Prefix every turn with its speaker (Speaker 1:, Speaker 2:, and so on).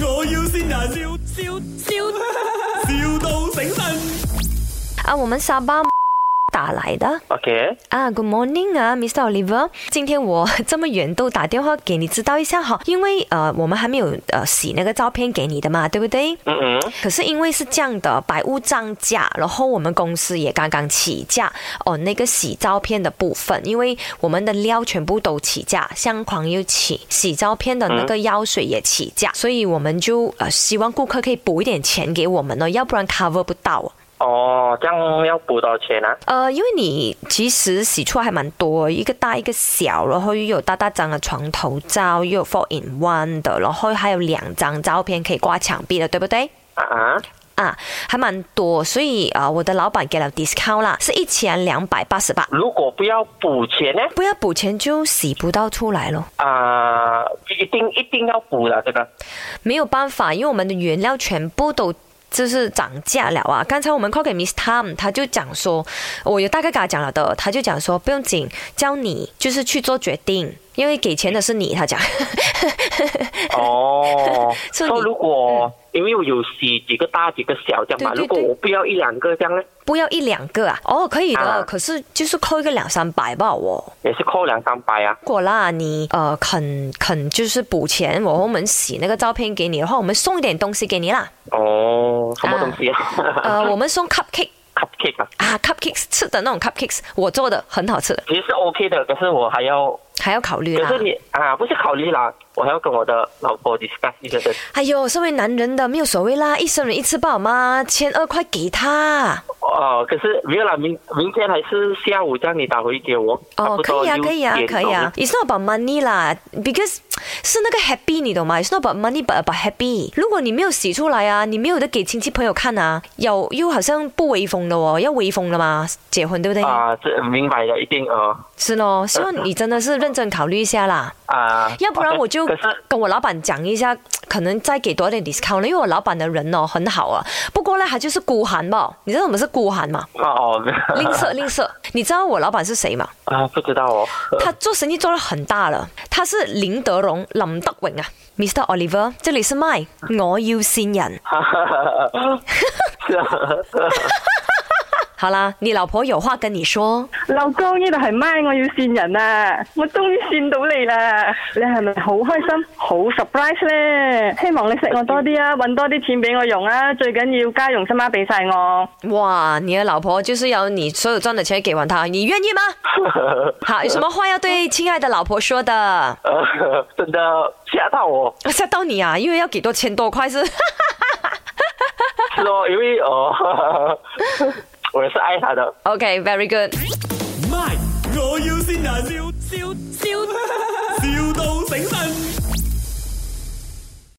Speaker 1: 要先人，笑笑笑，,笑到醒神。
Speaker 2: 啊，我们沙巴 打来的
Speaker 3: OK，
Speaker 2: 啊，Good morning 啊，Mr. Oliver，今天我这么远都打电话给你知道一下哈，因为呃，我们还没有呃洗那个照片给你的嘛，对不对？
Speaker 3: 嗯嗯，
Speaker 2: 可是因为是这样的，百物涨价，然后我们公司也刚刚起价哦，那个洗照片的部分，因为我们的料全部都起价，相框又起，洗照片的那
Speaker 3: 嗯
Speaker 2: 个药水也起价，所以我们就呃希望顾客可以补一点钱给我们哦，要不然 cover 不到哦。
Speaker 3: 哦，这样要补多少钱啊？
Speaker 2: 呃，因为你其实洗出来还蛮多，一个大一个小，然后又有大大张的床头照，又有 four in one 的，然后还有两张照片可以挂墙壁的，对不对？
Speaker 3: 啊啊，
Speaker 2: 啊，还蛮多，所以啊、呃我的老板给了 discount 啦，是一千两百八十八，
Speaker 3: 如果不要补钱呢？
Speaker 2: 不要补钱就洗不到出来咯。
Speaker 3: 啊、一定一定要补的这个。
Speaker 2: 没有办法，因为我们的原料全部都。就是涨价了啊！刚才我们 call 给 Miss Tom，他就讲说，我有大概跟他讲了的，他就讲说不用紧，教你就是去做决定，因为给钱的是你，他讲。
Speaker 3: 哦，
Speaker 2: 所以
Speaker 3: 说
Speaker 2: 你嗯
Speaker 3: 如果、因为我有洗几个大几个小这样嘛，
Speaker 2: 对对
Speaker 3: 如果
Speaker 2: 对
Speaker 3: 我不要一两个这样呢，
Speaker 2: 不要一两个啊，哦，可以的，
Speaker 3: 啊
Speaker 2: 可是就是扣一个两三百吧，我、
Speaker 3: 也是扣两三百啊。
Speaker 2: 如果啦，你呃肯肯就是补钱，然后我们洗那个照片给你的话，我们送一点东西给你啦。
Speaker 3: 哦，什么
Speaker 2: 啊
Speaker 3: 东西啊？
Speaker 2: 呃，我们送 cupcake
Speaker 3: cupcake 啊，
Speaker 2: 啊，cupcakes 吃的那种 cupcakes，我做的很好吃的，
Speaker 3: 其实是 OK 的，可是我还要，
Speaker 2: 还要考虑
Speaker 3: 可
Speaker 2: 啦
Speaker 3: 是。你啊，不是考虑啦，我还要跟我的老婆 discuss 一下这个。
Speaker 2: 哎呦，身为男人的没有所谓啦，一生人一次不好吗？千二块给他
Speaker 3: 哦，可是没有啦，明明天还是下午这样你打回给我。差
Speaker 2: 哦，
Speaker 3: 不
Speaker 2: 可
Speaker 3: 多
Speaker 2: 以啊，可以啊
Speaker 3: 6点，
Speaker 2: 可以啊。It's not about money 啦，because 是那个 happy 你懂吗？It's not about money，but about happy。如果你没有洗出来啊，你没有得给亲戚朋友看啊，有又好像不威风了哦，要威风了嘛，结婚对不对？
Speaker 3: 左右啊，这明白了，一定呃
Speaker 2: 是咯，希望你真的是认真考虑一下啦，
Speaker 3: 啊，
Speaker 2: 要不然我就
Speaker 3: 可是
Speaker 2: 跟我老板讲一下，可能再给多一点 discount 了，因为我老板的人哦很好啊，不过呢，他就是孤寒吧，你知道什么是孤寒吗？
Speaker 3: 哦，
Speaker 2: 吝啬吝啬，你知道我老板是谁吗？
Speaker 3: 啊，不知道哦，
Speaker 2: 他做生意做得很大了，他是林德荣林德荣啊，Mr. Oliver，这里是麦，我要新人。
Speaker 3: 是啊，
Speaker 2: 好啦，你老婆有话跟你说，
Speaker 4: 老公，呢度系咪我要線人啊！我終於線到你啦！你係咪好開心、好 surprise 咧？希望你食我多啲啊，搵多啲錢俾我用啊！最緊要家用新媽俾晒我。
Speaker 2: 哇，你的老婆就是要你所有赚的钱给完她，你愿意吗？好，有什么话要对亲爱的老婆说的？
Speaker 3: 呃真的吓到我，
Speaker 2: 吓到你啊，因为要给多千多块是。
Speaker 3: 是哦，因为哦， 我也是爱他的。
Speaker 2: OK，very、good。
Speaker 1: My，我要先人，笑笑